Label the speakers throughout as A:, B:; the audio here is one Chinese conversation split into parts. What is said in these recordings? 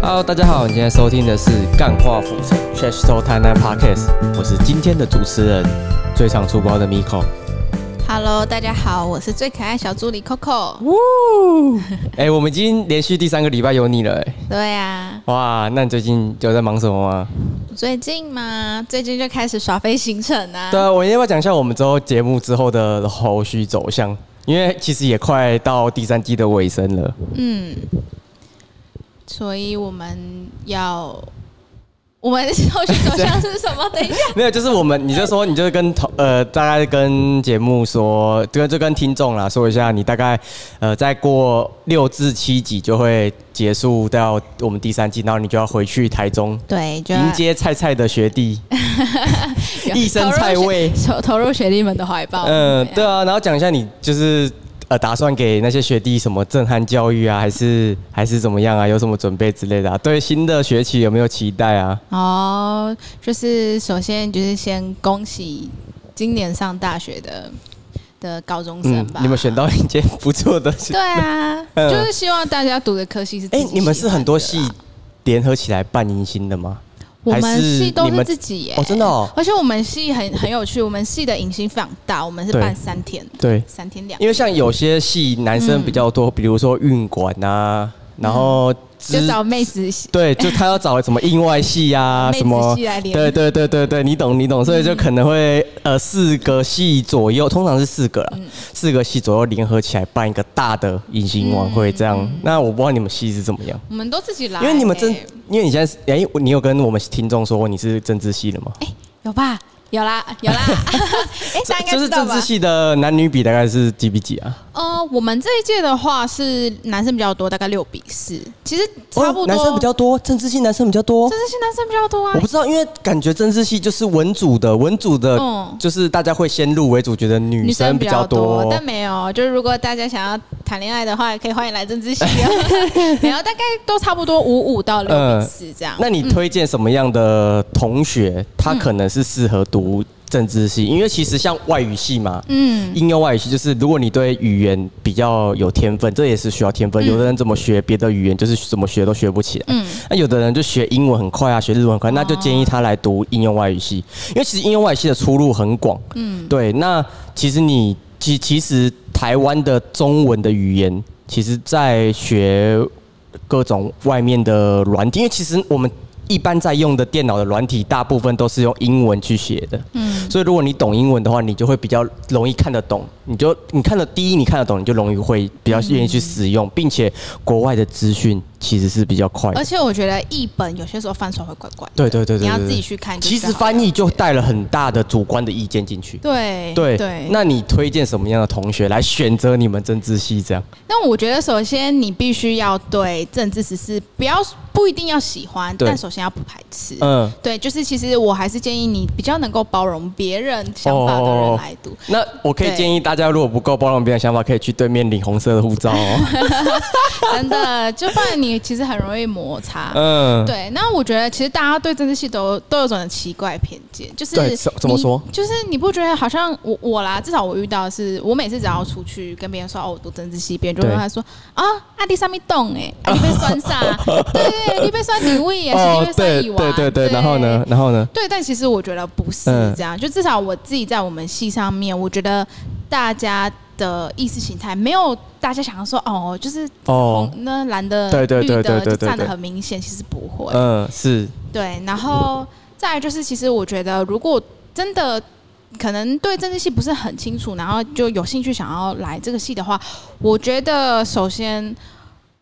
A: Hello，大家好，你现在收听的是《干话浮城 Trash Talk 台南 Podcast》，我是今天的主持人，最常出包的 Miko。
B: Hello，大家好，我是最可爱小助理 Coco。
A: 哎、我们已经连续第三个礼拜有你了、哎，
B: 对啊，
A: 哇，那你最近有在忙什么吗？
B: 最近嘛，最近就开始耍飞行程啊。
A: 对啊，我要不要讲一下我们之后节目之后的后续走向？因为其实也快到第三季的尾声了。
B: 嗯，所以我们要，我们后续走 向是什么？等一下，
A: 没有，就是我们，你就说，你就跟同呃，大概跟节目说，就就跟听众啦说一下，你大概呃，再过六至七集就会结束到我们第三季，然后你就要回去台中
B: 对，就要
A: 迎接菜菜的学弟，
B: 有
A: 一身菜味
B: 投入学 投投入学弟们的怀抱。
A: 嗯、对啊，然后讲一下你就是呃，打算给那些学弟什么震撼教育啊，还是还是怎么样啊，有什么准备之类的、啊？对新的学期有没有期待啊？
B: 哦，就是首先就是先恭喜今年上大学的的高中生吧。
A: 嗯你们选到一间不错的学
B: 对啊，
A: 嗯
B: 就是希望大家读的科系是自
A: 哎、
B: 己
A: 你们是
B: 喜欢
A: 很多
B: 的啦
A: 系联合起来办迎新的吗？
B: 我
A: 还
B: 们
A: 是
B: 系都
A: 你
B: 是
A: 们
B: 自己耶、
A: 哦真的哦
B: 而且我们系很很有趣，我们系的迎新非常大，我们是
A: 对
B: 办三天，
A: 对
B: 三天两夜，
A: 因为像有些系男生
B: 嗯
A: 比较多，比如说运管啊，然后
B: 就
A: 之
B: 找妹子系，
A: 对，就他要找什么应外系 啊，
B: 妹子
A: 什么
B: 系来联嗯
A: 对对对对对，你懂你懂，所以就可能会呃四个系左右，通常是四个啦，
B: 嗯
A: 四个系左右联合起来办一个大的迎新晚
B: 嗯
A: 会这样。那我不知道你们系是怎么样，
B: 我们都自己来、
A: 因为你们政
B: 哎，
A: 因为你现在是哎、你有跟我们听众说你是政治系的吗？
B: 哎有吧？有啦，有啦，哎、大家应该
A: 就
B: 知
A: 是
B: 道
A: 政
B: 吧
A: 治？系的男女比大概是几比几啊？
B: 呃，我们这一届的话是男生比较多，大概六比四，其实差不
A: 哦
B: 多。
A: 男生比较多，政治系男生比较多。
B: 政治系男生比较多啊
A: 我。不知道，因为感觉政治系就是文组的，文组的
B: 嗯，
A: 就是大家会先入为主，觉得女
B: 女
A: 生
B: 生
A: 比
B: 比
A: 较
B: 较
A: 多
B: 多，。但没有，就是如果大家想要谈恋爱的话，可以欢迎来政治 系啊。没有，大概都差不多五五到六比四这样。
A: 那你推荐什么样的同学，他可能是适合读政治系？因为其实像外语系嘛，
B: 嗯，
A: 应用外语系就是如果你对语言比较有天分，这也是需要天
B: 嗯
A: 分。有的人怎么学别的语言，就是怎么学都学不起来。嗯，那有的人就学英文很快啊，学日文
B: 哦
A: 很快，那就建议他来读应用外语系，因为其实应用外语系的出路很广。嗯，对。那其实你其其实台湾的中文的语言，其实在学各种外面的软体，因为其实我们一般在用的电脑的软体，大部分都是用英文去写的。嗯，所以如果你懂英文的话，你就会比较容易看得懂。你就你看得第一，你看得懂，你就容易会比较愿意去使
B: 嗯
A: 用，并且国外的资讯其实是比较快
B: 而
A: 的。
B: 且我觉得译本有些时候翻出来会怪怪的，
A: 对对对对对
B: 哦你要
A: 对
B: 自己去看就
A: 其
B: 知道
A: 实翻译就带了很大的主观的意见进去。
B: 对
A: 对
B: 对。那
A: 那你推荐什么样的同学来选择你们政治系？这样
B: 那我觉得首先你必须要对政治实施不要不一定要喜欢，
A: 对
B: 但首先要不排斥。
A: 嗯
B: 对，就是其实我还是建议你比较能够包容别人想法的
A: 哦
B: 人来读。
A: 那我可以
B: 对
A: 建议大家，如果不够包容别人想法，可以去对面领红色的护照哦。
B: 真的，就不然你其实很容易摩擦。
A: 嗯，
B: 对，那我觉得其实大家对政治系都都有种奇怪偏见，就是
A: 对怎怎么
B: 你
A: 说
B: 就是你不觉得好像我我啦，至少我遇到的是，我每次只要出去跟别人说哦，我读政治系，别人就会
A: 对
B: 跟他说啊，阿弟上面动哎，啊你被 酸啥？对对对，你被酸你胃也是因
A: 哦
B: 为，酸
A: 对
B: 乙烷。
A: 对对对，然后呢，？然后呢，
B: 对，但其实我觉得不是
A: 嗯
B: 这样，就至少我自己在我们系上面，我觉得大家的意识形态没有大家想要说哦，就是
A: 哦
B: 红，那蓝的、
A: 对对对
B: 绿的
A: 对对
B: 就
A: 对
B: 站得
A: 对
B: 很明显，其实不会。
A: 嗯，是，
B: 对，然后再来就是，其实我觉得，如果真的可能对政治系不是很清楚，然后就有兴趣想要来这个系的话，我觉得首先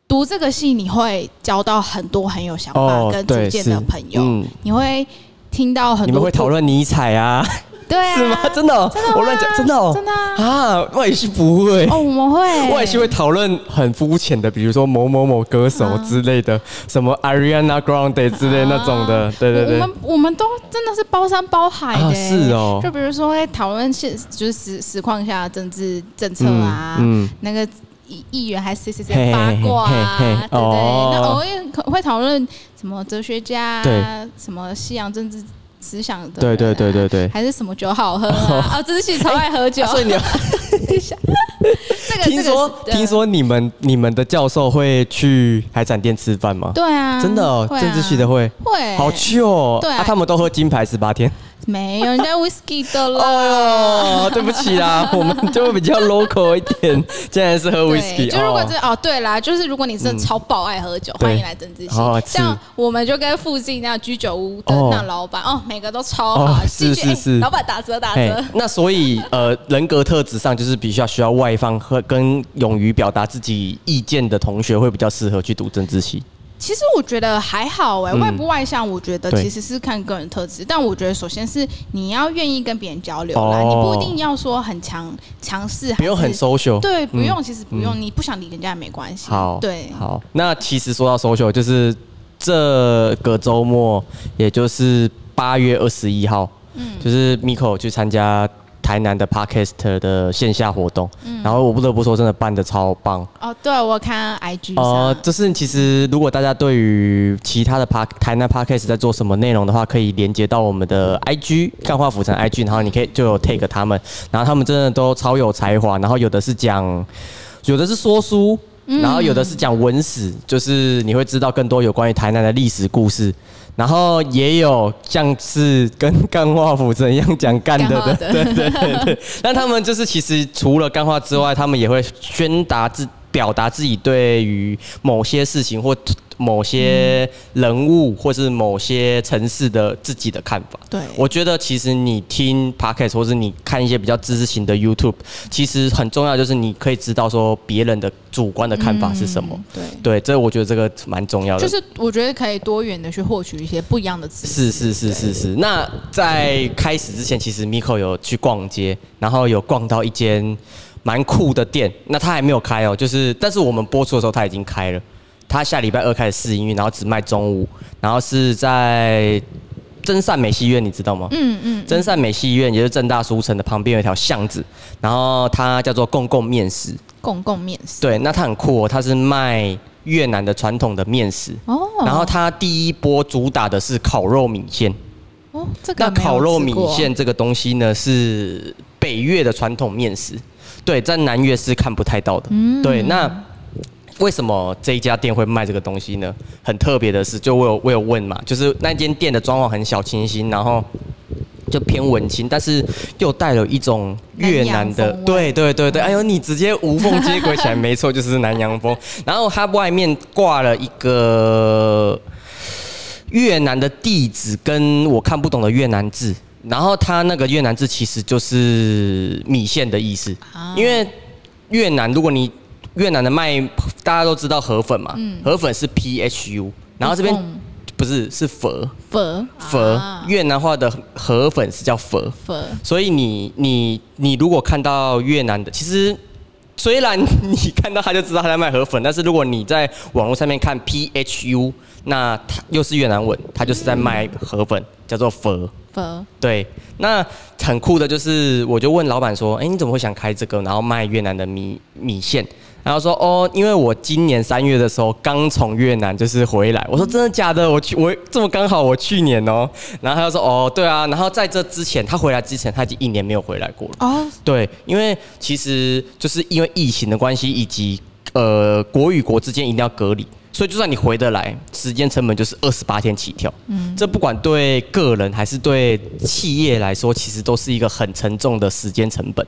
B: 读这个系，你会交到很多很有想法
A: 哦，
B: 跟主
A: 对，
B: 见
A: 是
B: 的朋，友，
A: 嗯，
B: 你会听到很多
A: 你们会讨论尼采啊，
B: 对 啊，
A: 是吗？真的哦，我乱讲，真的哦
B: 真，的啊
A: 啊，外语系不会。
B: 哦，我们会，
A: 外语系会讨论很肤浅的，比如说某某某歌
B: 啊
A: 手之类的，什么 Ariana Grande 之类那种的，对对对
B: 啊我，们我们都真的是包山包海的、欸
A: 啊是哦
B: 就比如说会讨论现就是实实况下的政治政策啊，
A: 嗯嗯
B: 那个议议员还是谁谁
A: 嘿嘿
B: 谁八卦啊，
A: 嘿嘿
B: 对不对？
A: 哦
B: 那偶尔也可会讨论什么哲学家、啊
A: 对，
B: 什么西洋政治思想的、啊
A: 对对对。哦哎对对。
B: 哦 还是什么酒好喝啊？啊，真是超爱喝酒。
A: 所以你要
B: 等一下，这这个
A: 听说
B: 这个是呃
A: 听说你们你们的教授会去海产店吃饭吗？
B: 对啊，
A: 真的哦，
B: 会啊
A: 政治系的会，
B: 会
A: 好糗哦。
B: 对啊
A: 啊，他们都喝金牌十八 天。
B: 没有人家 whisky 的了。
A: 哎呦，对不起 啦，我们就比较 local 一点，竟然是喝
B: 对
A: whisky。
B: 就如果
A: 哦嗯
B: 真的哦，对啦，就是如果你真的超爆爱喝酒，
A: 对
B: 欢迎来政治系
A: 哦。是
B: 像我们就跟附近那样居酒屋的
A: 哦
B: 那老板哦，每个都超好，
A: 哦是
B: 进去
A: 是
B: 哎
A: 是
B: 老板打折打
A: 嘿
B: 折。
A: 那所以呃，人格特质上就是比较需要外放和跟勇于表达自己意见的同学，会比较适合去读政治系。
B: 其实我觉得还好哎、
A: 嗯
B: 外不外向，我觉得
A: 对
B: 其实是看个人特质。但我觉得首先是你要愿意跟别人交流啦，
A: 哦
B: 你不一定要说很强强势，
A: 不用很
B: 还是
A: social。
B: 对，不
A: 嗯
B: 用，其实不用，你不想理人家也没关系。
A: 好，
B: 对，
A: 好。那其实说到 social，就是这个周末，也就是八月二十一号，就是 Miko 去参加台南的 Podcast 的线下活动，然后我不得不说，真的办的超棒。
B: 哦，对我看 IG 上，
A: 呃，就是其实如果大家对于其他的 Park 台南 Podcast 在做什么内容的话，可以连接到我们的 IG 干化浮城 IG，然后你可以就有 take 他们，然后他们真的都超有才华，然后有的是讲，有的是说书。然后有的是讲文史，就是你会知道更多有关于台南的历史故事，然后也有像是跟干化浮城一样讲干的
B: 干话
A: 的，
B: 的嗯
A: 对对对对。那他们就是其实除了干话之外，他们也会宣达自表达自己对于某些事情或某些
B: 嗯
A: 人物或是某些城市的自己的看法。
B: 对
A: 我觉得其实你听 podcast 或是你看一些比较知识型的 YouTube，其实很重要就是你可以知道说别人的主观的看法是什么。
B: 对。
A: 对，这我觉得这个蛮重要的。
B: 嗯就是我觉得可以多元的去获取一些不一样的知识。
A: 是是是是是。那在开始之前，其实 Miko 有去逛街，然后有逛到一间蛮酷的店。那它还没有开哦，就是但是我们播出的时候它已经开了。它下礼拜二开始试营运，然后只卖中午，然后是在真善美戏院，你知道吗？
B: 嗯嗯，
A: 真善美戏院也就是正大书城的旁边有一条巷子，嗯然后它叫做共共面食。
B: 公共面试
A: 对，那它很酷哦，它是卖越南的传统的面食。
B: 哦，
A: 然后它第一波主打的是烤肉米线，
B: 哦，这个
A: 那
B: 没有
A: 烤肉
B: 吃
A: 米
B: 过啊
A: 线这个东西呢，是北越的传统面食，对，在南越是看不太到的。
B: 嗯
A: 对，那为什么这一家店会卖这个东西呢？很特别的是，就我有我有问嘛，就是那间店的装潢很小清新，然后。就偏文青，但是又带有一种越南的
B: 南洋风，味嗯
A: 对对对对，哎呦，你直接无缝接轨起来，没错，就是南洋风。然后它外面挂了一个越南的地址跟我看不懂的越南字，然后它那个越南字其实就是米线的意思，
B: 啊
A: 因为越南如果你越南的卖，大家都知道河粉嘛，河粉是 P H U，然后这边
B: 粉
A: 不是是粉
B: 粉啊
A: 粉、越南话的河粉是叫粉，
B: 粉
A: 所以你你你如果看到越南的，其实虽然 你看到他就知道他在卖河粉，但是如果你在网络上面看 P H U，那它又是越南文，它就是在卖河粉，叫做粉。
B: 粉
A: 对，那很酷的就是，我就问老板说：“哎、你怎么会想开这个，然后卖越南的米米线？”然后说：“哦，因为我今年三月的时候刚从越南就是回来。”我说：“真的假的？我去，我这么刚好我去年哦。”然后他就说：“哦，对啊。”然后在这之前，他回来之前，他已经一年没有回来过了。
B: 哦，
A: 对，因为其实就是因为疫情的关系，以及呃国与国之间一定要隔离，所以就算你回得来，时间成本就是二十八天起跳。嗯，这不管对个人还是对企业来说，其实都是一个很沉重的时间成本。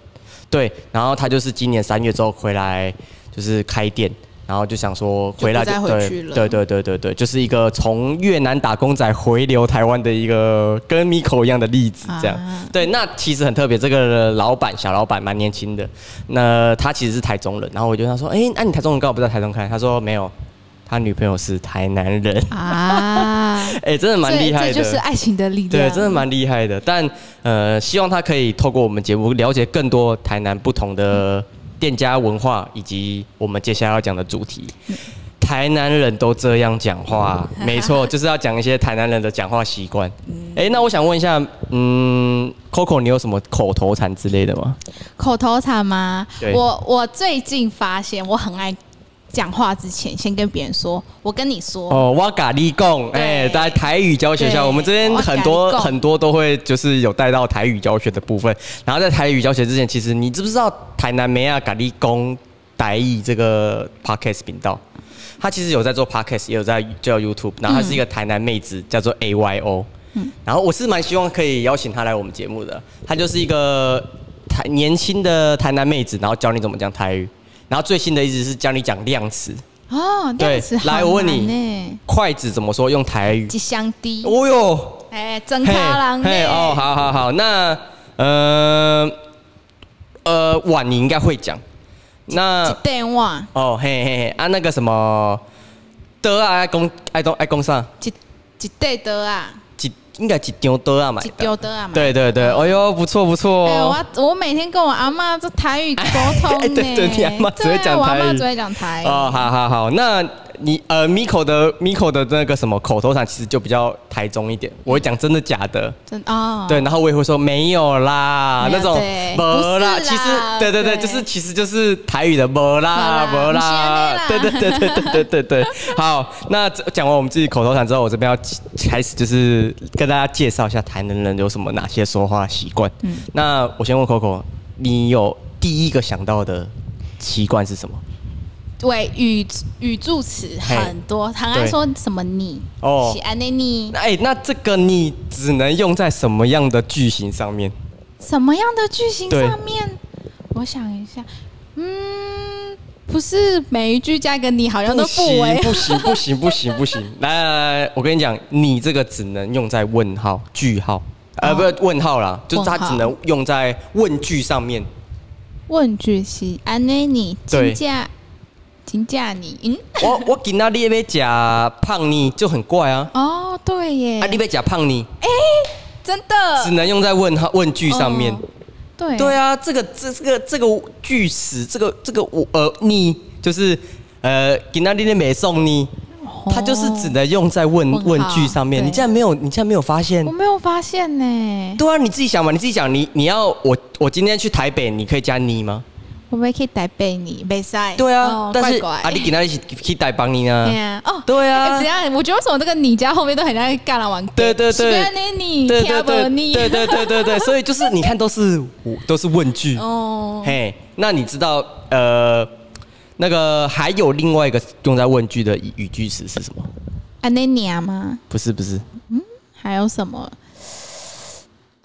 A: 对，然后他就是今年三月之后回来，就是开店。然后就想说回来
B: 就不再回去了
A: 对对对对对，就是一个从越南打工仔回流台湾的一个跟 Miko 一样的例子，这样。
B: 啊
A: 对，那其实很特别，这个老板小老板蛮年轻的，那他其实是台中人，然后我就跟他说，哎、那、你台中人刚好不在台中看，他说没有，他女朋友是台南人，
B: 啊，
A: 哎、真的 蛮厉害的，
B: 这这就是爱情的力量，
A: 对，真的蛮厉害的。但呃，希望他可以透过我们节目了解更多台南不同的店家文化，以及我们接下来要讲的主题。台南人都这样讲话，
B: 嗯
A: 没错，就是要讲一些台南人的讲话习惯。哎、那我想问一下，嗯，Coco，你有什么口头禅之类的吗？
B: 口头禅吗
A: 对？
B: 我我最近发现我很爱讲话之前先跟别人说，我跟你说，
A: 哦，哇咖喱贡，
B: 对
A: 哎，大家台语教学校，
B: 对
A: 我们这边很多
B: 哇咖喱贡
A: 很多都会就是有带到啊台语教学的部分。然后在台语教学之前，其实你知不知道台南梅亚咖喱贡台语这个 podcast 频道，她其实有在做 podcast，也有在叫 YouTube，然后她是一
B: 嗯
A: 个台南妹子，叫做 A Y O。然后我是蛮希望可以邀请她来我们节目的，她就是一个台年轻的台南妹子，然后教你怎么讲台语，然后最新的一直是教你讲量词，
B: 哦，
A: 对
B: 量词好
A: 来我问你
B: 难呢，
A: 筷子怎么说用台语。
B: 一箱滴，
A: 哦哟，
B: 哎，真卡郎呢
A: 嘿，哦，好好好，那呃呃碗你应该会讲，那
B: 一电话，
A: 哦嘿嘿嘿啊那个什么的啊爱公爱公爱公上
B: 一一袋的啊，
A: 几应该几张的啊买
B: 一
A: 的，
B: 丢的啊嘛。
A: 对对对，哎呦不错不错
B: 哎、
A: 哦，
B: 我我每天跟我阿妈这台语沟 通呢、
A: 哎对对你阿嬷只会
B: 对啊
A: 讲
B: 我阿
A: 台
B: 嬷
A: 语
B: 只会讲台语。
A: 哦好好好，那你呃 Miko 的 Miko 的那个什么口头禅其实就比较台中一点，我会讲真的假的，
B: 真哦，
A: 对，然后我也会说没有啦，
B: 没有
A: 那种
B: 对
A: 没啦，
B: 不是啦
A: 其实对对对，
B: 对
A: 就是其实就是台语的没啦没
B: 没啦
A: 啦，
B: 不
A: 对对
B: 是
A: 对
B: 这
A: 对对对对对。 好，那这讲完我们自己口头禅之后，我这边要开始就是跟大家介绍一下台南人有什么哪些说话习惯。
B: 嗯
A: 那我先问 Coco，你有第一个想到的习惯是什么？
B: 嗯对，语语助词很多，常爱
A: 对
B: 说什么你
A: 哦
B: 喜安内你
A: 那哎、那这个你只能用在什么样的句型上面？
B: 什么样的句型
A: 对
B: 上面？我想一下，嗯，不是每一句加一个你好像都不为
A: 不行不行不行不行不行！来来来，我跟你讲，你这个只能用在问号、句号，呃，
B: 哦
A: 不是问号啦，就是它
B: 问号
A: 只能用在问句上面。
B: 问句喜安内你
A: 对
B: 请假请假你嗯
A: 我我给那你要假胖你就很怪 啊，
B: 哦对耶，
A: 啊你要假胖你
B: 真的
A: 只能用在问号问句上面。
B: 哦对
A: 对啊，这个这这个这个句式，这个这个我呃你就是呃给那你的美送你，
B: 哦
A: 它就是只能用在问
B: 问号
A: 问句上面。
B: 对
A: 你竟然没有你竟然没有发现
B: 我？没有发现呢，
A: 对啊，你自己想嘛，你自己想，你你要我我今天去台北，你可以加你吗？
B: 我们可以台北你，北塞。
A: 对啊，
B: 哦
A: 但是
B: 怪怪
A: 啊，你给他一起去台帮你呢
B: 对？啊，哦，
A: 对啊
B: 哎怎样？我觉得为什么这个你家后面都很像干了玩？
A: 对对对
B: 那你
A: 对
B: 听
A: 对
B: 不
A: 对
B: 你，
A: 对对对对对，所以就是你看都是都是问句，
B: 哦，
A: 嘿，那你知道呃那个还有另外一个用在问句的语语句词是什么？
B: 安内娘啊吗？
A: 不是不是，
B: 还有什么？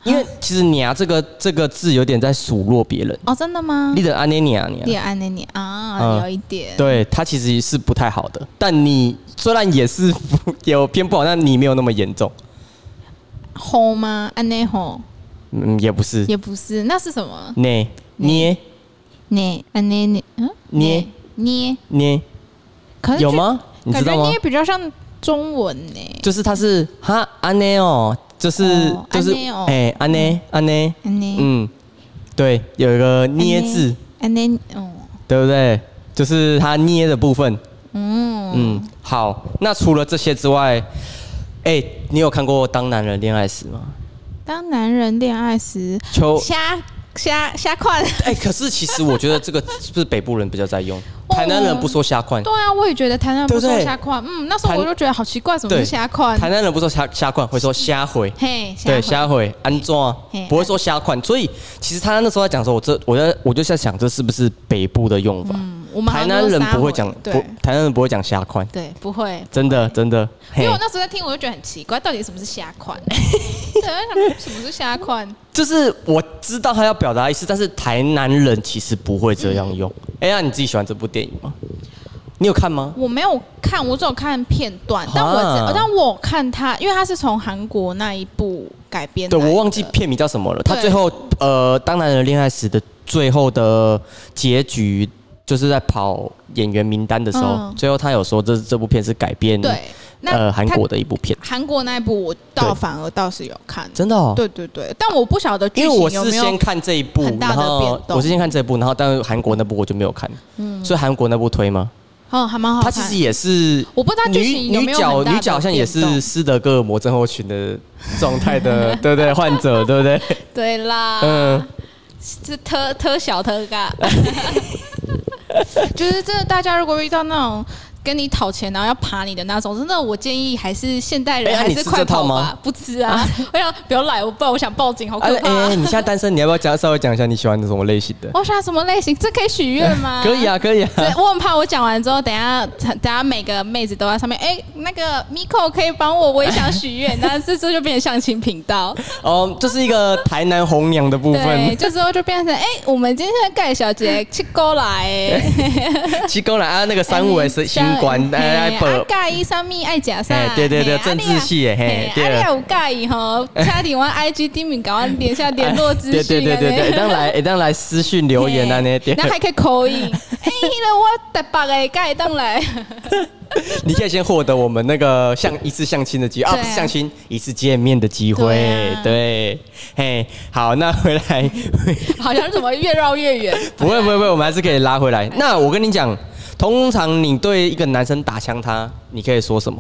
A: 因为其实“娘”这个这个字有点在数落别人，
B: 哦，真的吗
A: 你？的安妮娘娘。
B: 也安内娘啊，
A: 嗯
B: 有一点。
A: 对它其实是不太好的，但你虽然也是 不有偏不好，但你没有那么严重，
B: 吼吗？安内吼
A: 嗯，也不是。
B: 也不是，那是什么？
A: 捏捏
B: 捏安内捏，嗯，
A: 捏
B: 捏，
A: 捏，
B: 可是
A: 有
B: 啊就
A: 吗？你
B: 感
A: 知道
B: 觉
A: 吗
B: 捏？比较像中文呢。
A: 就是它是哈安捏哦，就是
B: 哦
A: 就是
B: 安捏哦
A: 哎安捏安捏，
B: 安内，
A: 嗯，对，有一个
B: 啊
A: 捏字，
B: 安内，哦，
A: 对不对？就是它捏的部分。
B: 嗯，
A: 嗯，好，那除了这些之外，哎，你有看过《当男人恋爱时》吗？
B: 当男人恋爱时，
A: 秋
B: 瞎瞎瞎 看。
A: 哎、可是其实我觉得这个 是不是北部人比较在用，
B: 哦
A: 台南人不说虾块，
B: 对啊，我也觉得台南不
A: 对
B: 说
A: 不对
B: 瞎看，嗯，那时候我就觉得好奇怪，怎么
A: 对
B: 是瞎看？
A: 台南人不说虾虾块，会说虾回。
B: 嘿，
A: 对，
B: 瞎
A: 虾回安装啊
B: 嘿
A: 不会说虾块，所以其实他那时候在讲说，我这我在我就在想，这是不是北部的用法？
B: 嗯，我们好
A: 台
B: 像
A: 南人
B: 都是瞎
A: 不会
B: 混
A: 讲，不
B: 对，
A: 台南人不会讲虾块，
B: 对，不会。
A: 真的真的。
B: 因
A: 嘿
B: 为我，那时候在听，我就觉得很奇怪，到底什么是瞎款？ 对，我在想什么是瞎款？
A: 就是我知道他要表达的意思，但是台南人其实不会这
B: 嗯
A: 样用。哎呀，那你自己喜欢这部电影吗？你有看吗？
B: 我没有看，我只有看片段，但我
A: 啊
B: 只但我有看他，因为他是从韩国那一部改编来
A: 对
B: 的。
A: 我忘记片名叫什么了。他
B: 对
A: 最后呃，当男人恋爱时的最后的结局，就是在跑演员名单的时候，
B: 嗯
A: 最后他有说这这部片是改编
B: 对，那
A: 呃韩
B: 他
A: 国的一部片，
B: 韩国那一部我倒
A: 对
B: 反而倒是有看，
A: 真的哦。
B: 对对对，但我不晓得剧
A: 因为
B: 情
A: 我
B: 有
A: 是
B: 没
A: 先
B: 有
A: 看这一部，
B: 很大
A: 然
B: 的
A: 后
B: 变动嗯
A: 我是先看这一部，然后但是韩国那部我就没有看，所以韩国那部推吗？
B: 哦，还蛮好
A: 它
B: 看。
A: 其实也是
B: 我不知道剧
A: 女
B: 情有
A: 女
B: 没有
A: 角
B: 很大的
A: 女角好像也
B: 变
A: 是
B: 动
A: 斯德哥尔摩症候群的状态 的，对不对？患者对不对？
B: 对啦，
A: 嗯，
B: 是 特特小特嘎，就是真的，大家如果遇到那种跟你讨钱，然后要爬你的那种，真的，我建议还是现代人
A: 哎啊
B: 还
A: 你
B: 是
A: 吃
B: 快
A: 这套
B: 跑吧，
A: 吗
B: 不吃啊！ 我想不要来，我不然我想报警，好
A: 哎
B: 可怕、
A: 哎，你现在单身，你要不要讲稍微讲一下你喜欢的什么类型的？
B: 我想什么类型？这可以许愿 吗？
A: 可以啊，可以啊。
B: 这。我很怕我讲完之后，等一下等一下每个妹子都在上面，哎、那个 Miko 可以帮我，我也想许 愿，那这这就变成相亲频道，
A: 哦，这是一个台南红娘的部
B: 对，
A: 分。
B: 这时候就变成，哎、我们今天的盖小姐去过来、
A: 七公来啊，那个 三围是新冠，哎，
B: 哎，
A: 哎
B: 啊
A: 本
B: 介意啥物爱食啥？
A: 哎对对对政治系的嘿
B: 对。
A: 对
B: 啊，你也有介意吼？差点我 IG 店面搞完点下联 络资
A: 对
B: 讯
A: 哎对
B: 啊，
A: 对对对，当来哎当来私讯留言啊，那
B: 嘿
A: 点
B: 然，后还可以口音。嘿，那我台北的盖当来，
A: 你可以先获得我们那个相一次相亲的机会啊，
B: 对啊
A: 不是相亲一次见面的机会
B: 对啊，
A: 对，嘿，好，那回来，
B: 好像怎么越绕越远？
A: 不会不会不会，我们还是可以拉回
B: 哎
A: 来。那我跟你讲，通常你对一个男生打枪他，你可以说什么？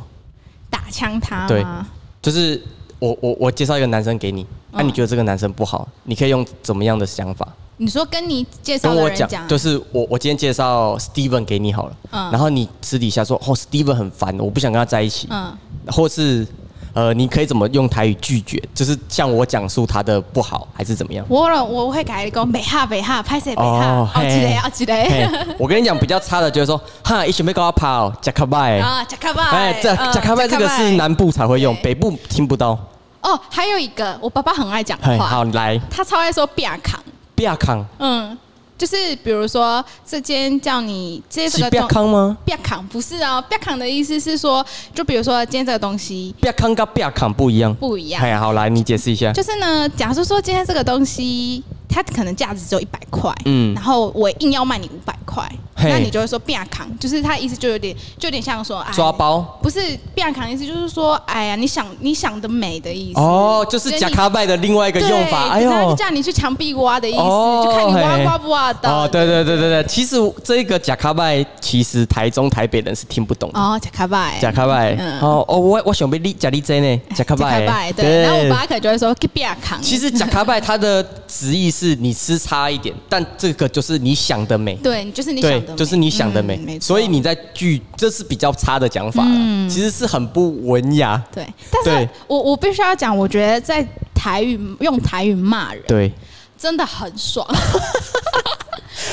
B: 打枪他
A: 对
B: 吗？
A: 就是我我我介绍一个男生给你，那、你觉得这个男生不好，你可以用怎么样的想法
B: 你说跟你介绍
A: 跟
B: 的
A: 我
B: 人
A: 讲？就是是我我今天介绍 Steven 给你好了，
B: 嗯
A: 然后你私底下说哦 Steven 很烦，我不想跟他在一起，
B: 嗯
A: 或是呃你可以怎么用台语拒绝，就是向我讲述他的不好还是怎么样？
B: 我了我会改讲北哈北哈，拍谁北哈
A: 哦，
B: 哦
A: 嘿
B: 几嘞哦几
A: 嘿
B: 嘞，
A: 我跟你讲，比较差的就是说，哈，一准备跟我跑，哦，加卡拜，
B: 啊，加卡拜，
A: 哎，这
B: 嗯
A: 加卡拜这个是南部才会用，
B: 对
A: 北部听不到。
B: 哦，还有一个，我爸爸很爱讲
A: 嘿，
B: 话，
A: 好，来，
B: 他超爱说“啪扛
A: 比亚康”，
B: 嗯，就是比如说这间叫你这这
A: 是
B: 个
A: 比亚
B: 东
A: 康吗？
B: “啪扛”，不是哦，“啪扛”的意思是说，就比如说今天这个东西
A: 比亚康跟比亚康不一样。
B: 不一样，
A: 哎，好，来你解释一下。
B: 就是呢，假如说今天这个东西它可能价值只有一百块，
A: 嗯
B: 然后我硬要卖你五百块，
A: 嘿
B: 那你就会说“啪扛”，就是他意思就有点就有点像说哎
A: 抓包
B: 不是“啪扛”意思就是说，哎呀，你想你想得美的意思
A: 哦，就是
B: 所以你
A: 假卡拜的另外一个
B: 对，
A: 用法。哎
B: 然后就
A: 呦，
B: 叫你去墙壁挖的意思，
A: 哦
B: 就看你挖
A: 嘿
B: 挖不挖得到。
A: 哦，对对对对对，其实这个假卡拜其实台中台北人是听不懂的。
B: 哦，假卡拜，
A: 假卡拜
B: 嗯，
A: 哦哦，我我想被你假你真呢，假卡
B: 假卡
A: 拜，
B: 对。然后我爸可能就会说去边扛。
A: 其实假卡拜它的直译是你吃差一点，但这个就是你想的美。
B: 对，就是你
A: 对
B: 想的美，，
A: 就是你想的
B: 嗯没
A: 美，
B: 错嗯
A: 所以你在句这是比较差的讲法啦，其实是很不文雅。
B: 对。但是
A: 对
B: 我我必须要讲，我觉得在台语用台语骂人
A: 对，
B: 真的很 爽，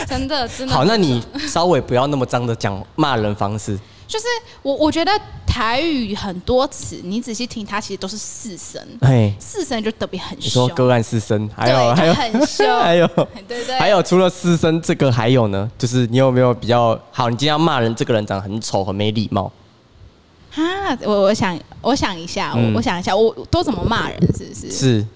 B: 真的真的。
A: 好，那你稍微不要那么脏的讲骂人方式。
B: 就是我我觉得台语很多词，你仔细听它其实都是四声，
A: 哎，
B: 四声就特别很
A: 你说
B: 凶，
A: 个案四声，还有
B: 对
A: 还有
B: 很凶
A: 还有
B: 对对。
A: 还有，除了四声这个，还有呢，就是你有没有比较好？你今天要骂人，这个人长得很丑，很没礼貌。
B: 啊，我我想我想一下，我、
A: 嗯
B: 我想一下，我我都怎么骂人，是不是？
A: 是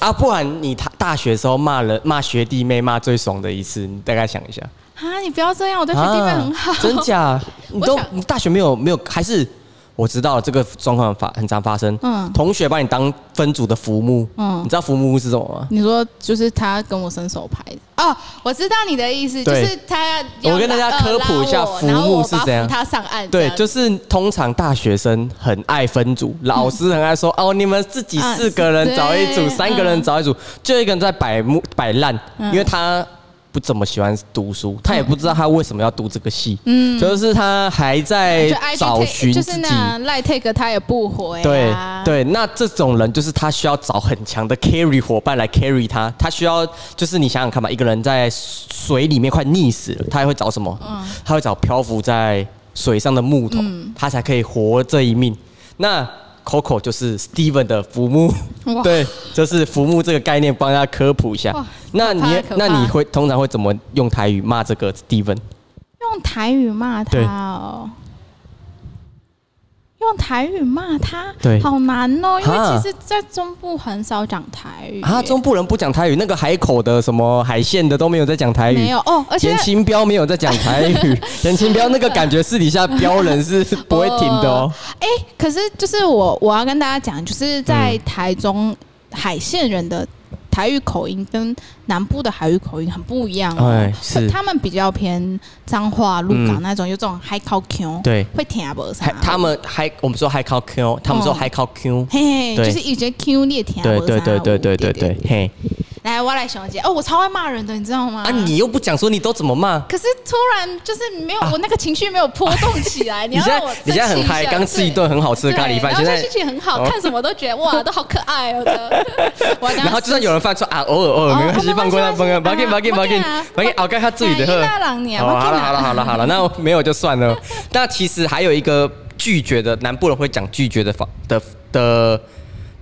A: 啊，不然你大大学的时候骂人骂学弟妹骂最爽的一次，你大概想一下。
B: 啊，你不要这样，我对学弟妹很好，
A: 啊 真假？你
B: 我
A: 都
B: 想
A: 你大学没有没有？还是我知道这个状况发很常发生。
B: 嗯
A: 同学把你当分组的浮木，
B: 嗯
A: 嗯，你知道浮木是什么吗？
B: 你说就是他跟我伸手牌哦，我知道你的意思，就
A: 对
B: 是他要
A: 我跟大家
B: 拉
A: 科普一下
B: 拉我然后
A: 浮木
B: 我
A: 是
B: 把他
A: 怎样
B: 扶他上岸这
A: 对
B: 样，子，
A: 就是通常大学生很爱分组，老师很爱 说哦，你们自己四个
B: 啊
A: 人
B: 是
A: 找一
B: 对
A: 组，三个人
B: 嗯
A: 找一组，就一个人在摆木摆烂，
B: 嗯
A: 因为他不怎么喜欢读书，他也不知道他为什么要读这个系，嗯，就是他还在
B: 就 IG
A: 找
B: take-
A: 寻
B: 就
A: 自
B: 是
A: 己。
B: 那啊赖 take 他也不回、
A: 对
B: 啊，，
A: 对，那这种人就是他需要找很强的 carry 伙伴来 carry 他，他需要就是你想想看吧，一个人在水里面快溺死了，他还会找什么？
B: 嗯
A: 他会找漂浮在水上的木头，他才可以活这一命。那 Coco 就是 Steven 的浮木
B: 哇，
A: 对，就是浮木这个概念，帮大家科普一下
B: 哇。
A: 那你
B: 可怕
A: 那你会通常会怎么用台语骂这个 Steven？
B: 用台语骂他
A: 对
B: 哦。用台语骂他，
A: 对
B: 好难哦，因为
A: 哈
B: 其实，在中部很少讲台语
A: 啊，
B: 耶
A: 中部人不讲台语，那个海口的什么海线的都没有在讲台语，
B: 没有哦，而且
A: 严清标没有在讲台 语，严清标那个感觉私底下标人是不会停的哦。
B: 哎、可是就是我我要跟大家讲，就是
A: 嗯
B: 在台中海线人的台语口音跟南部的海语口音很不一样哦。
A: 哎是
B: 他们比较偏彰化、鹿港那种，有种海口腔，
A: 嗯对
B: 会听不啥
A: 还。他们还我们说还靠 Q，他们说还靠 Q，
B: 哦嘿嘿，
A: 对
B: 就是以前 Q 你也听不
A: 对
B: 啥
A: 对对对对对对，嘿，
B: 来，我要来熊姐哦，我超爱骂人的，你知道吗？
A: 啊，你又不讲说你都怎么骂？
B: 可是突然就是没有，我那个情绪没有波动起来。你
A: 啊你
B: 要
A: 现
B: 让我
A: 在你现在很嗨，刚吃一顿很好吃的咖喱饭，
B: 现
A: 现在
B: 心情很好，
A: 哦
B: 看什么都觉得哇，都好可爱 哦的。我要这样
A: 然后就算有人犯错啊，偶尔偶尔没关系，放过他，放过他，不要紧，不要紧，不要紧，不要紧，熬盖他自己的
B: 哎那人呢
A: 好了好了好了好了好了，那没有就算了。那其实还有一个拒绝的，南部人会讲拒绝的方的的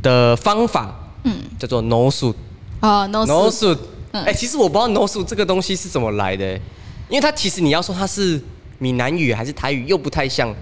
A: 的方法，嗯，叫做 no suit。
B: 哦，no
A: no
B: suit
A: suit，哎、其实我不知道 no suit 这个东西是怎么来的、因为它其实你要说它是闽南语还是台语又不太像，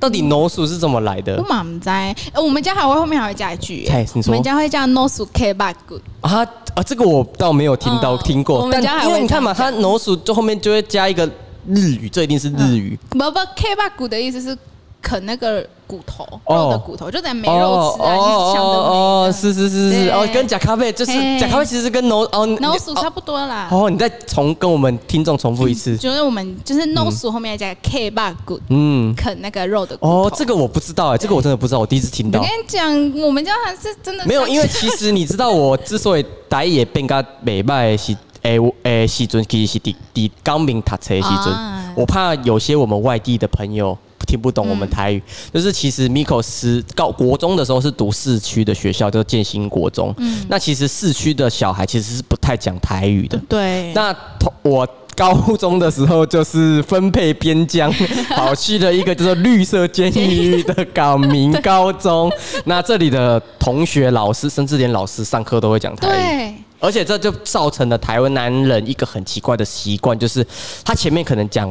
A: 到底 no suit 是怎么来的
B: 我？嘛唔知，呃我们家还会后面还会加一句
A: 嘿，你
B: 我
A: 说
B: 们家会叫 no suit k bag good，
A: 啊啊，这个我倒没有听到、
B: 嗯
A: 听
B: 我
A: 过，
B: 们
A: 但
B: 家还
A: 因为
B: 会
A: 你看嘛，
B: 这
A: 它 no suit 就后面就会加一个日语，这一定是日语。
B: 不不 k bag good 的意思是啃那个骨头，
A: 哦
B: 肉的骨头，就等于没肉吃啊，就是想得
A: 哦
B: 美
A: 哦，是是是是，
B: 对
A: 哦，跟假咖啡就是
B: 嘿
A: 假咖啡，其实跟 no 哦
B: no
A: 你
B: suit 差不多啦。
A: 哦，你再重跟我们听众重复一次，
B: 就是我们就是 no suit 后面加个 k bag good，
A: 嗯，
B: 啃那个肉的骨头。
A: 哦，这个我不知道哎，这个我真的不知道，我第一次听
B: 我
A: 到
B: 跟。你讲，我们家还是真的
A: 没有，因为其实你知道，我之所以台语会变甲袂歹的 是，诶我诶时阵其实是伫伫江明读册的时阵，
B: 啊
A: 我怕有些我们外地的朋友听不懂我们台语，
B: 嗯
A: 就是其实 Miko 是高国中的时候是读市区的学校，叫建新国中，
B: 嗯
A: 那其实市区的小孩其实是不太讲台语的，
B: 对，
A: 那同我高中的时候就是分配边 疆，跑去了一个叫做绿色监狱的港 民高中。那这里的同学、老师，甚至连老师上课都会讲台语。
B: 对
A: 而且这就造成了台湾男人一个很奇怪的习惯，就是他前面可能讲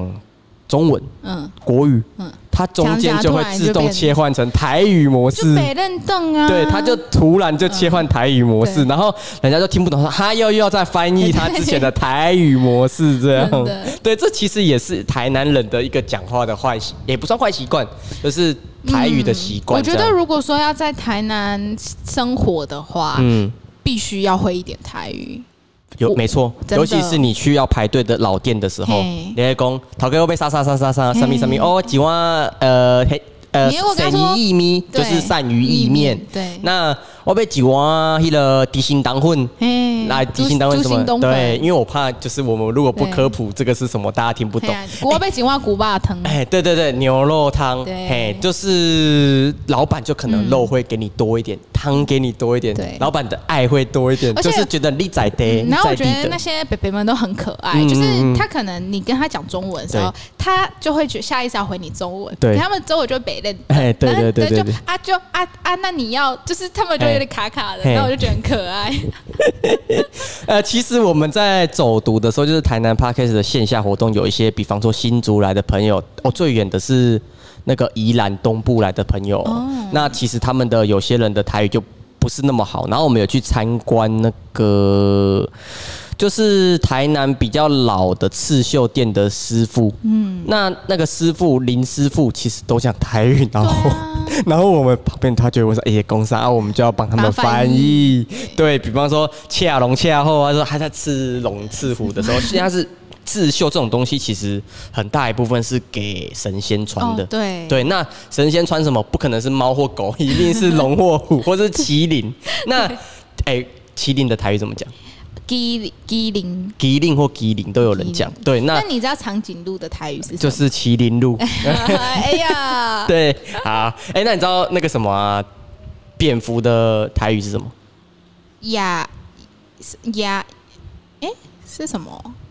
A: 中文、
B: 嗯，
A: 国语，
B: 嗯
A: 他中间就会自动切换成台语模
B: 就
A: 式。
B: 北认凳啊，
A: 对，他就突然就切换台语模式，
B: 嗯对
A: 然后人家就听不懂，他又又要再翻译他之前的台语模式，这
B: 真
A: 样
B: 的。
A: 对，这其实也是台南人的一个讲话的坏习，也不算坏习惯，就是台语的习惯、
B: 嗯我觉
A: 这
B: 得
A: 样
B: 如果说要在台南生活的话，
A: 嗯，
B: 必须要会一点台语。
A: 有
B: 我
A: 没错，
B: 哦真的
A: 尤其是你去要排队的老店的时候，
B: 嘿
A: 你会讲头哥又被杀杀杀杀杀，
B: 嘿
A: 什么什么哦，几碗呃嘿呃
B: 你如果跟他
A: 鳝
B: 说
A: 鱼意面就
B: 对
A: 是鳝鱼意面，
B: 对
A: 那我被几碗那个地心当混。
B: 嘿
A: 来提醒单位
B: 猪
A: 什
B: 心
A: 么？
B: 冬
A: 对，因
B: 粉，
A: 为我怕就是我们如果不
B: 对
A: 科普这个是什么，大家听不懂
B: 嘿。啊我被警蛙古巴疼，
A: 哎，对对对，牛肉汤，
B: 对嗯
A: 嘿，就是老板就可能肉会给你多一点，汤给你多一点
B: 对，
A: 老板的爱会多一点，
B: 而且嗯
A: 就是觉得你在的，你
B: 然后
A: 在
B: 我觉
A: 地
B: 得那
A: 的，
B: 些北北们都很可爱，
A: 嗯
B: 就是
A: 嗯嗯
B: 他可能你跟他讲中文的时候
A: 对，
B: 他就会觉下意识要回你中文，
A: 对
B: 可他们中文就会北认，
A: 哎对
B: 然后
A: 对对对
B: 就
A: 对
B: 啊就啊啊，那你要就是他们就有点卡卡的，
A: 嘿
B: 然后我就觉得很可爱，
A: 呃，其实我们在走读的时候，就是台南 Parkes 的线下活动，有一些，比方说新竹来的朋友，哦，最远的是那个宜兰东部来的朋友，那其实他们的有些人的台语就不是那么好。然后我们有去参观那个，就是台南比较老的刺绣店的师傅，嗯，那那个师傅林师傅其实都讲台语，然后、 然后我们旁边他就会问说：“哎、欸，工商啊，我们就要帮他们翻译。”对比方说恰龙恰后啊，说他在刺龙刺虎的时候，现在是刺绣这种东西，其实很大一部分是给神仙穿的。
B: 哦对
A: 对，那神仙穿什么？不可能是猫或狗，一定是龙或虎，或是麒麟。那哎、麒麟的台语怎么讲？
B: 机机灵。
A: 麒麟或麒麟都有人讲。对，
B: 那
A: 那
B: 你知道长颈鹿的台语是什
A: 就
B: 么？
A: 是麒麟路。
B: 哎呀，
A: 对，好，哎、那你知道那个什么、啊、蝙蝠的台语是什么？
B: 呀是呀，哎是什么？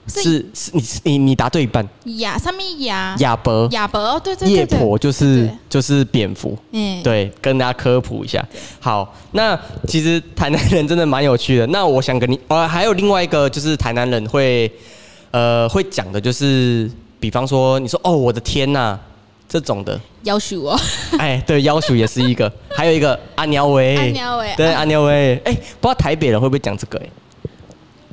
B: 是啊
A: 是是，你你你答对一半。
B: 呀上面呀
A: 亚伯、
B: 亚伯哦，对对
A: 夜
B: 对对，
A: 婆就是
B: 对
A: 就是蝙蝠。
B: 嗯，
A: 对，跟大家科普一下。好，那其实台南人真的蛮有趣的。那我想跟你，呃，还有另外一个就是台南人会，呃，会讲的就是，比方说你说哦，我的天呐、这种的，
B: 要许 我，
A: 哎，对，妖鼠也是一 个，还有一个阿鸟喂，
B: 阿鸟喂
A: 对，
B: 啊
A: 阿鸟喂，哎，不知道台北人会不会讲这个、哎，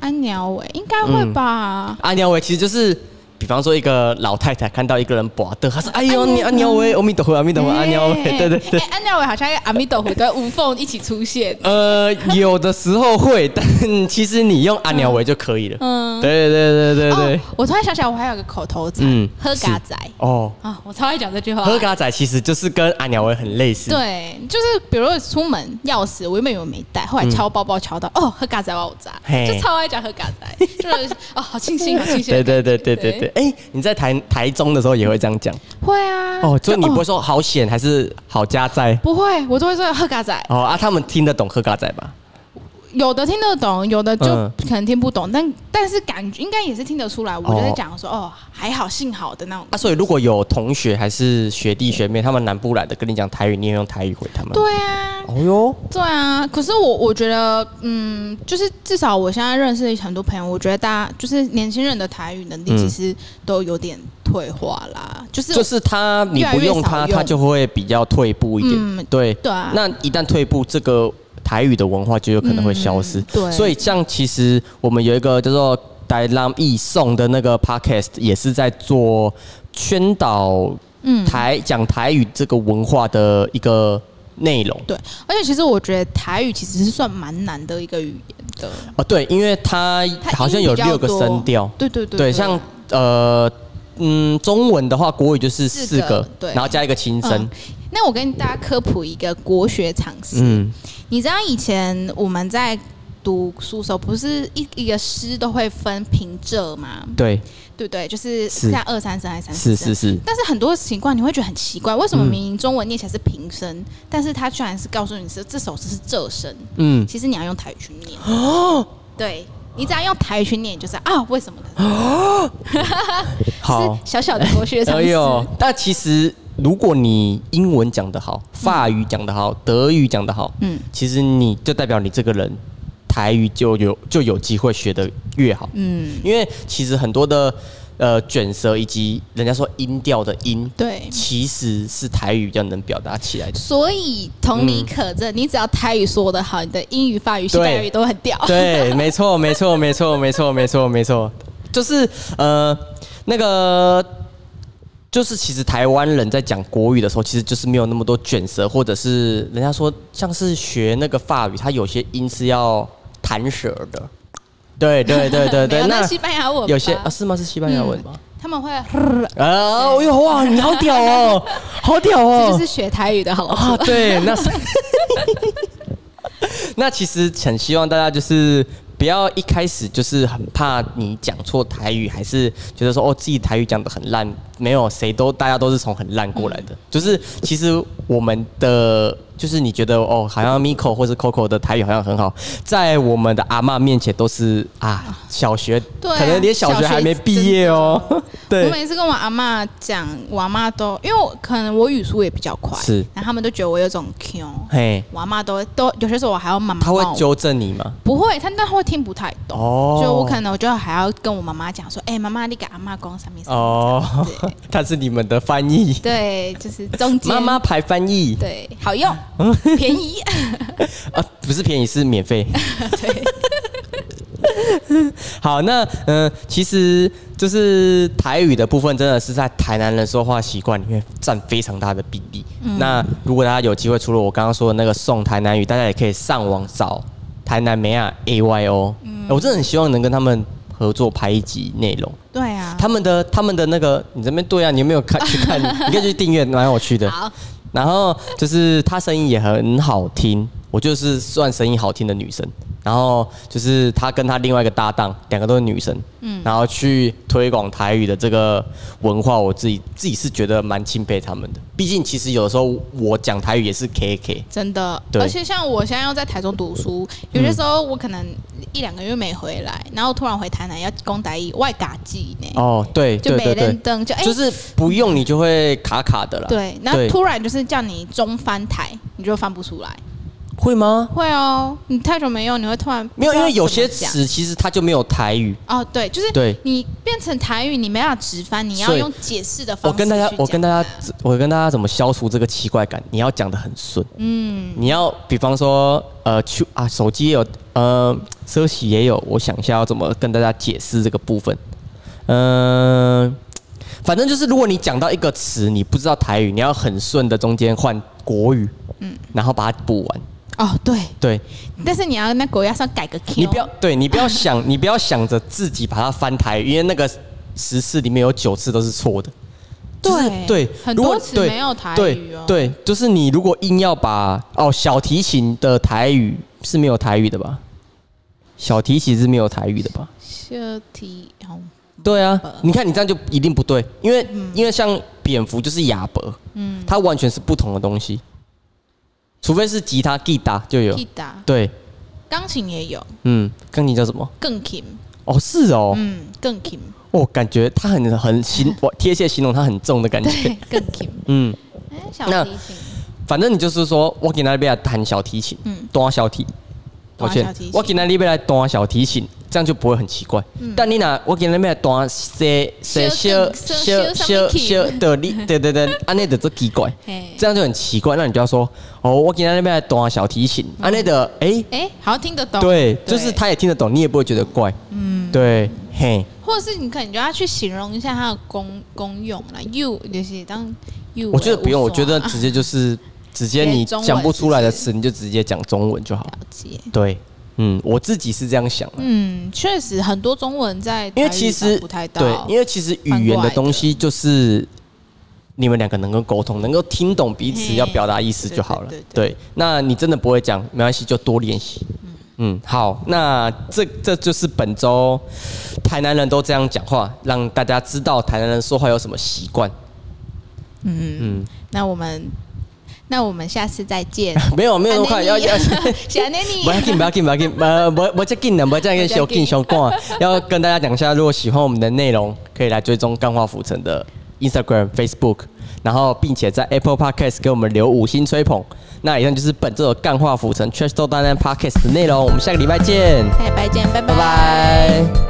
B: 安鸟尾应该会吧？
A: 嗯阿鸟喂其实就是比方说一个老太太看到一个人拔的，她说：“哎呦，
B: 哎呦
A: 你阿鸟喂，阿弥陀佛，阿弥陀佛，阿鸟喂。”对对对
B: 哎，。安娜维好像跟阿弥陀佛的无缝一起出现。
A: 呃，有的时候会，但其实你用阿鸟为就可以了。嗯，
B: 嗯
A: 对对对对对
B: 哦，我突然想起来，我还有个口头禅
A: 嗯，
B: 喝嘎仔。
A: 哦，
B: 啊，我超爱讲这句话。
A: 喝嘎仔其实就是跟阿鸟为很类似。
B: 对，就是比如说出门钥匙，我原本以为没带，后来敲包包敲到，哦，喝嘎仔把我砸，
A: 嗯嘿
B: 就超爱讲喝嘎仔，就是哦，好庆幸，好庆幸。
A: 对对对对对对。哎，你在台台中的时候也会这样讲
B: 会啊。
A: 哦，所以你
B: 就
A: 不会说好险还是好家在
B: 不会，我都会说喝嘎仔，
A: 哦啊？他们听得懂喝嘎仔吧？
B: 有的听得懂，有的就
A: 嗯
B: 可能听不懂，但但是感觉应该也是听得出来。我就在
A: 哦
B: 讲说，哦，还好，幸好的那种
A: 啊，。所以如果有同学还是学弟学妹，他们南部来的跟你讲台语，你也用台语回他们。
B: 对啊，
A: 哦哟，
B: 对啊，可是我我觉得，嗯，就是至少我现在认识很多朋友，我觉得大家就是年轻人的台语能力
A: 嗯
B: 其实都有点退化啦，就是
A: 就是他你
B: 越来
A: 不
B: 越
A: 用
B: 少
A: 他，
B: 用
A: 他就会比较退步一点。
B: 嗯
A: 对
B: 对啊
A: 那一旦退步，这个台语的文化就有可能会消失。
B: 嗯对
A: 所以像其实我们有一个叫做“台浪易送”的那个 podcast，也是在做宣导
B: 嗯
A: 台讲、台语这个文化的一个内容。
B: 对，而且其实我觉得台语其实是算蛮难的一个语言的，
A: 哦，对，因为它
B: 它音
A: 好像有
B: 比较
A: 六个
B: 多
A: 声调。
B: 对对对
A: 对，像呃嗯，中文的话，国语就是
B: 四
A: 四
B: 个
A: 个，
B: 对
A: 然后加一个轻声
B: 嗯，那我跟大家科普一个国学常识，
A: 嗯，
B: 你知道以前我们在读书的时候，不是一一个诗都会分平仄吗？
A: 对，
B: 对不对？就是
A: 是
B: 像二三声还是三四
A: 是
B: 声？
A: 是是，
B: 但是很多情况你会觉得很奇怪，为什么
A: 嗯
B: 明明中文念起来是平声，但是它居然是告诉你是这首诗是仄声？
A: 嗯，
B: 其实你要用台语去 念。哦，对，你只要用台语去念，你就知道啊为什么它
A: 好
B: 是，小小的国学常
A: 哎
B: 识。
A: 呦，但其实如果你英文讲得好，法语讲得好，德语讲得好，
B: 嗯
A: 嗯，其实你就代表你这个人台语就有就有机会学得越好，
B: 嗯，
A: 因为其实很多的呃卷舌以及人家说音调的音，
B: 对。
A: 其实是台语比较能表达起来的。
B: 所以同理
A: 嗯
B: 可证，你只要台语说得好，你的英语、法语、西班牙语都很屌。
A: 对，没错，没错，没错，没错，没错，没错，就是呃，那个就是其实台湾人在讲国语的时候，其实就是没有那么多卷舌，或者是人家说像是学那个法语，它有些音是要弹舌的。对对对 对
B: 没
A: 对，
B: 有那西班牙文吧
A: 有些啊是吗？是西班牙文吗？
B: 他们会，
A: 啊， 哎呦哇，你好屌哦，好屌哦！
B: 这就是学台语的好
A: 啊，
B: 处。
A: 对，那是 那其实很希望大家就是不要一开始就是很怕你讲错台语，还是觉得说哦自己台语讲的很烂，没有谁都大家都是从很烂过来
B: 嗯
A: 的。就是其实我们的就是你觉得哦好像 Miko 或是 Coco 的台语好像很好，在我们的阿嬷面前都是啊小学，
B: 哦对啊
A: 可能连小学还没毕业哦。
B: 我
A: 对，
B: 每次跟我阿妈讲，我阿妈都因为我可能我语速也比较快，
A: 是
B: 然后他们都觉得我有种 Q，
A: 嘿，
B: 我阿妈都会都有些时候我还要妈妈
A: 他会
B: 骂我
A: 纠正你吗？
B: 不会，他那会听不太懂，
A: 哦
B: 所以我可能我就还要跟我妈妈讲说，哎、妈妈，你给阿妈讲什么什么？
A: 哦
B: 对，
A: 他是你们的翻译。
B: 对，就是中间
A: 妈妈牌翻译
B: 对好 用，便宜，
A: 啊，不是便宜是免费。
B: 对，
A: 好，那嗯、呃其实就是台语的部分，真的是在台南人说话习惯里面占非常大的比例。那如果大家有机会，除了我刚刚说的那个送台南语，大家也可以上网找台南美亚 A Y O。我呃真的很希望能跟他们合作拍一集内容。
B: 对啊，
A: 他们的他们的那个，你这边对啊，你有没有 看去看？你可以去订阅，蛮有趣的。
B: 好，
A: 然后就是她声音也很好听，我就是算声音好听的女生。然后就是她跟她另外一个搭档，两个都是女生，嗯，然后去推广台语的这个文化，我自己自己是觉得蛮钦佩他们的。毕竟其实有的时候我讲台语也是 K K，
B: 真的，
A: 对
B: 而且像我现在要在台中读书，有些时候我可能一两个月没回来，然后突然回台南要攻台语，外嘎记呢，
A: 哦，对
B: 就
A: 对
B: 没
A: 对
B: 人
A: 对，
B: 登，就哎、
A: 就是啊不用你就会卡卡的啦。
B: 对，然后突然就是叫你中翻台，你就翻不出来。
A: 会吗？
B: 会哦，你太久没用，你会突然
A: 没有，因为有些
B: 不知道怎么讲
A: 词其实它就没有台语。
B: 哦，对，就是
A: 对
B: 你变成台语，你没办法直翻，你要
A: 所以
B: 用解释的方
A: 我
B: 式
A: 跟大家
B: 去，
A: 我跟
B: 讲
A: 大家，我跟大家怎么消除这个奇怪感？你要讲的很顺，嗯，你要比方说，呃，去啊，手机也有，呃，奢侈也有，我想一下要怎么跟大家解释这个部分。嗯、反正就是如果你讲到一个词，你不知道台语，你要很顺的中间换国语，嗯，然后把它补完。
B: 哦，对，
A: 对
B: 但是你要那狗牙上改个 Q，
A: 你不要，对你不要想， 你不要想着自己把它翻台语，因为那个十次里面有九次都是错的。就是
B: 对
A: 对，
B: 很
A: 如果
B: 多词
A: 对
B: 没有台语哦
A: 对对，就是你如果硬要把哦小提琴的台语是没有台语的吧？小提琴是没有台语的吧？
B: 小提，哦
A: 对啊
B: 呃，
A: 你看你这样就一定不对，因为、
B: 嗯
A: 因为像蝙蝠就是哑巴，嗯，它完全是不同的东西，除非是吉他、吉他就有，
B: 吉他，
A: 对，
B: 钢琴也有，
A: 嗯，钢琴叫什么？
B: 更琴，
A: 哦，是哦，
B: 嗯，更琴，
A: 我、哦感觉它很很形，我贴切形容它很重的感觉
B: 对，， 更琴，
A: 嗯，
B: 哎，小
A: 那
B: 提琴，
A: 反正你就是说我给那边来弹小提琴，嗯
B: 嗯，
A: 端小提，抱
B: 弹
A: 歉
B: 小提，琴
A: 我给那边来端小提琴，这样就不会很奇怪。但你拿我给那边来端些些
B: 嗯小
A: 些
B: 小
A: 些些
B: 小小
A: 些的， 你对对对，安内的这奇怪。
B: 嘿，
A: 这样就很奇怪，那你就要说哦，我给他那边来懂啊小提琴，啊那的哎，
B: 哎，好像听得懂，
A: 对，就是，他也听得懂，你也不会觉得怪，嗯，对，嘿，
B: 或者是你可能就要去形容一下它的功功用啦，you 就是当 you，
A: 我觉得不用，
B: 为
A: 我
B: 无所
A: 觉得
B: 啊
A: 直接 就是直接
B: 直接
A: 你
B: 中文
A: 讲不出来的
B: 是
A: 词，你就直接讲中文就好
B: 了，解，
A: 对，嗯，我自己是这样想的，
B: 嗯，确实很多中文在
A: 因为
B: 台语
A: 其实
B: 找不太到，
A: 对，因为其实语言的东西就是你们两个能够沟通，能够听懂彼此
B: 嘿
A: 要表达意思就好了
B: 对对。对
A: 对，那你真的不会讲，没关系，就多练习。嗯，好，那这这就是本周台南人都这样讲话，让大家知道台南人说话有什么习惯。
B: 嗯，那我们那我们下次再见。
A: 没有没有那么快，要 要。
B: 小内你
A: 不要紧，不要紧，不要紧，呃，不不这紧的，不这样小紧小逛。 要跟大家讲一下，如果喜欢我们的内容，可以来追踪钢化浮城的 Instagram、Facebook，然后并且在 Apple Podcast 给我们留五星吹捧。那以上就是本周的钢化浮城 Trash Talk 单单 Podcast 的内容，我们下个礼拜见，
B: 哎拜拜见，拜
A: 拜
B: 拜。
A: 拜。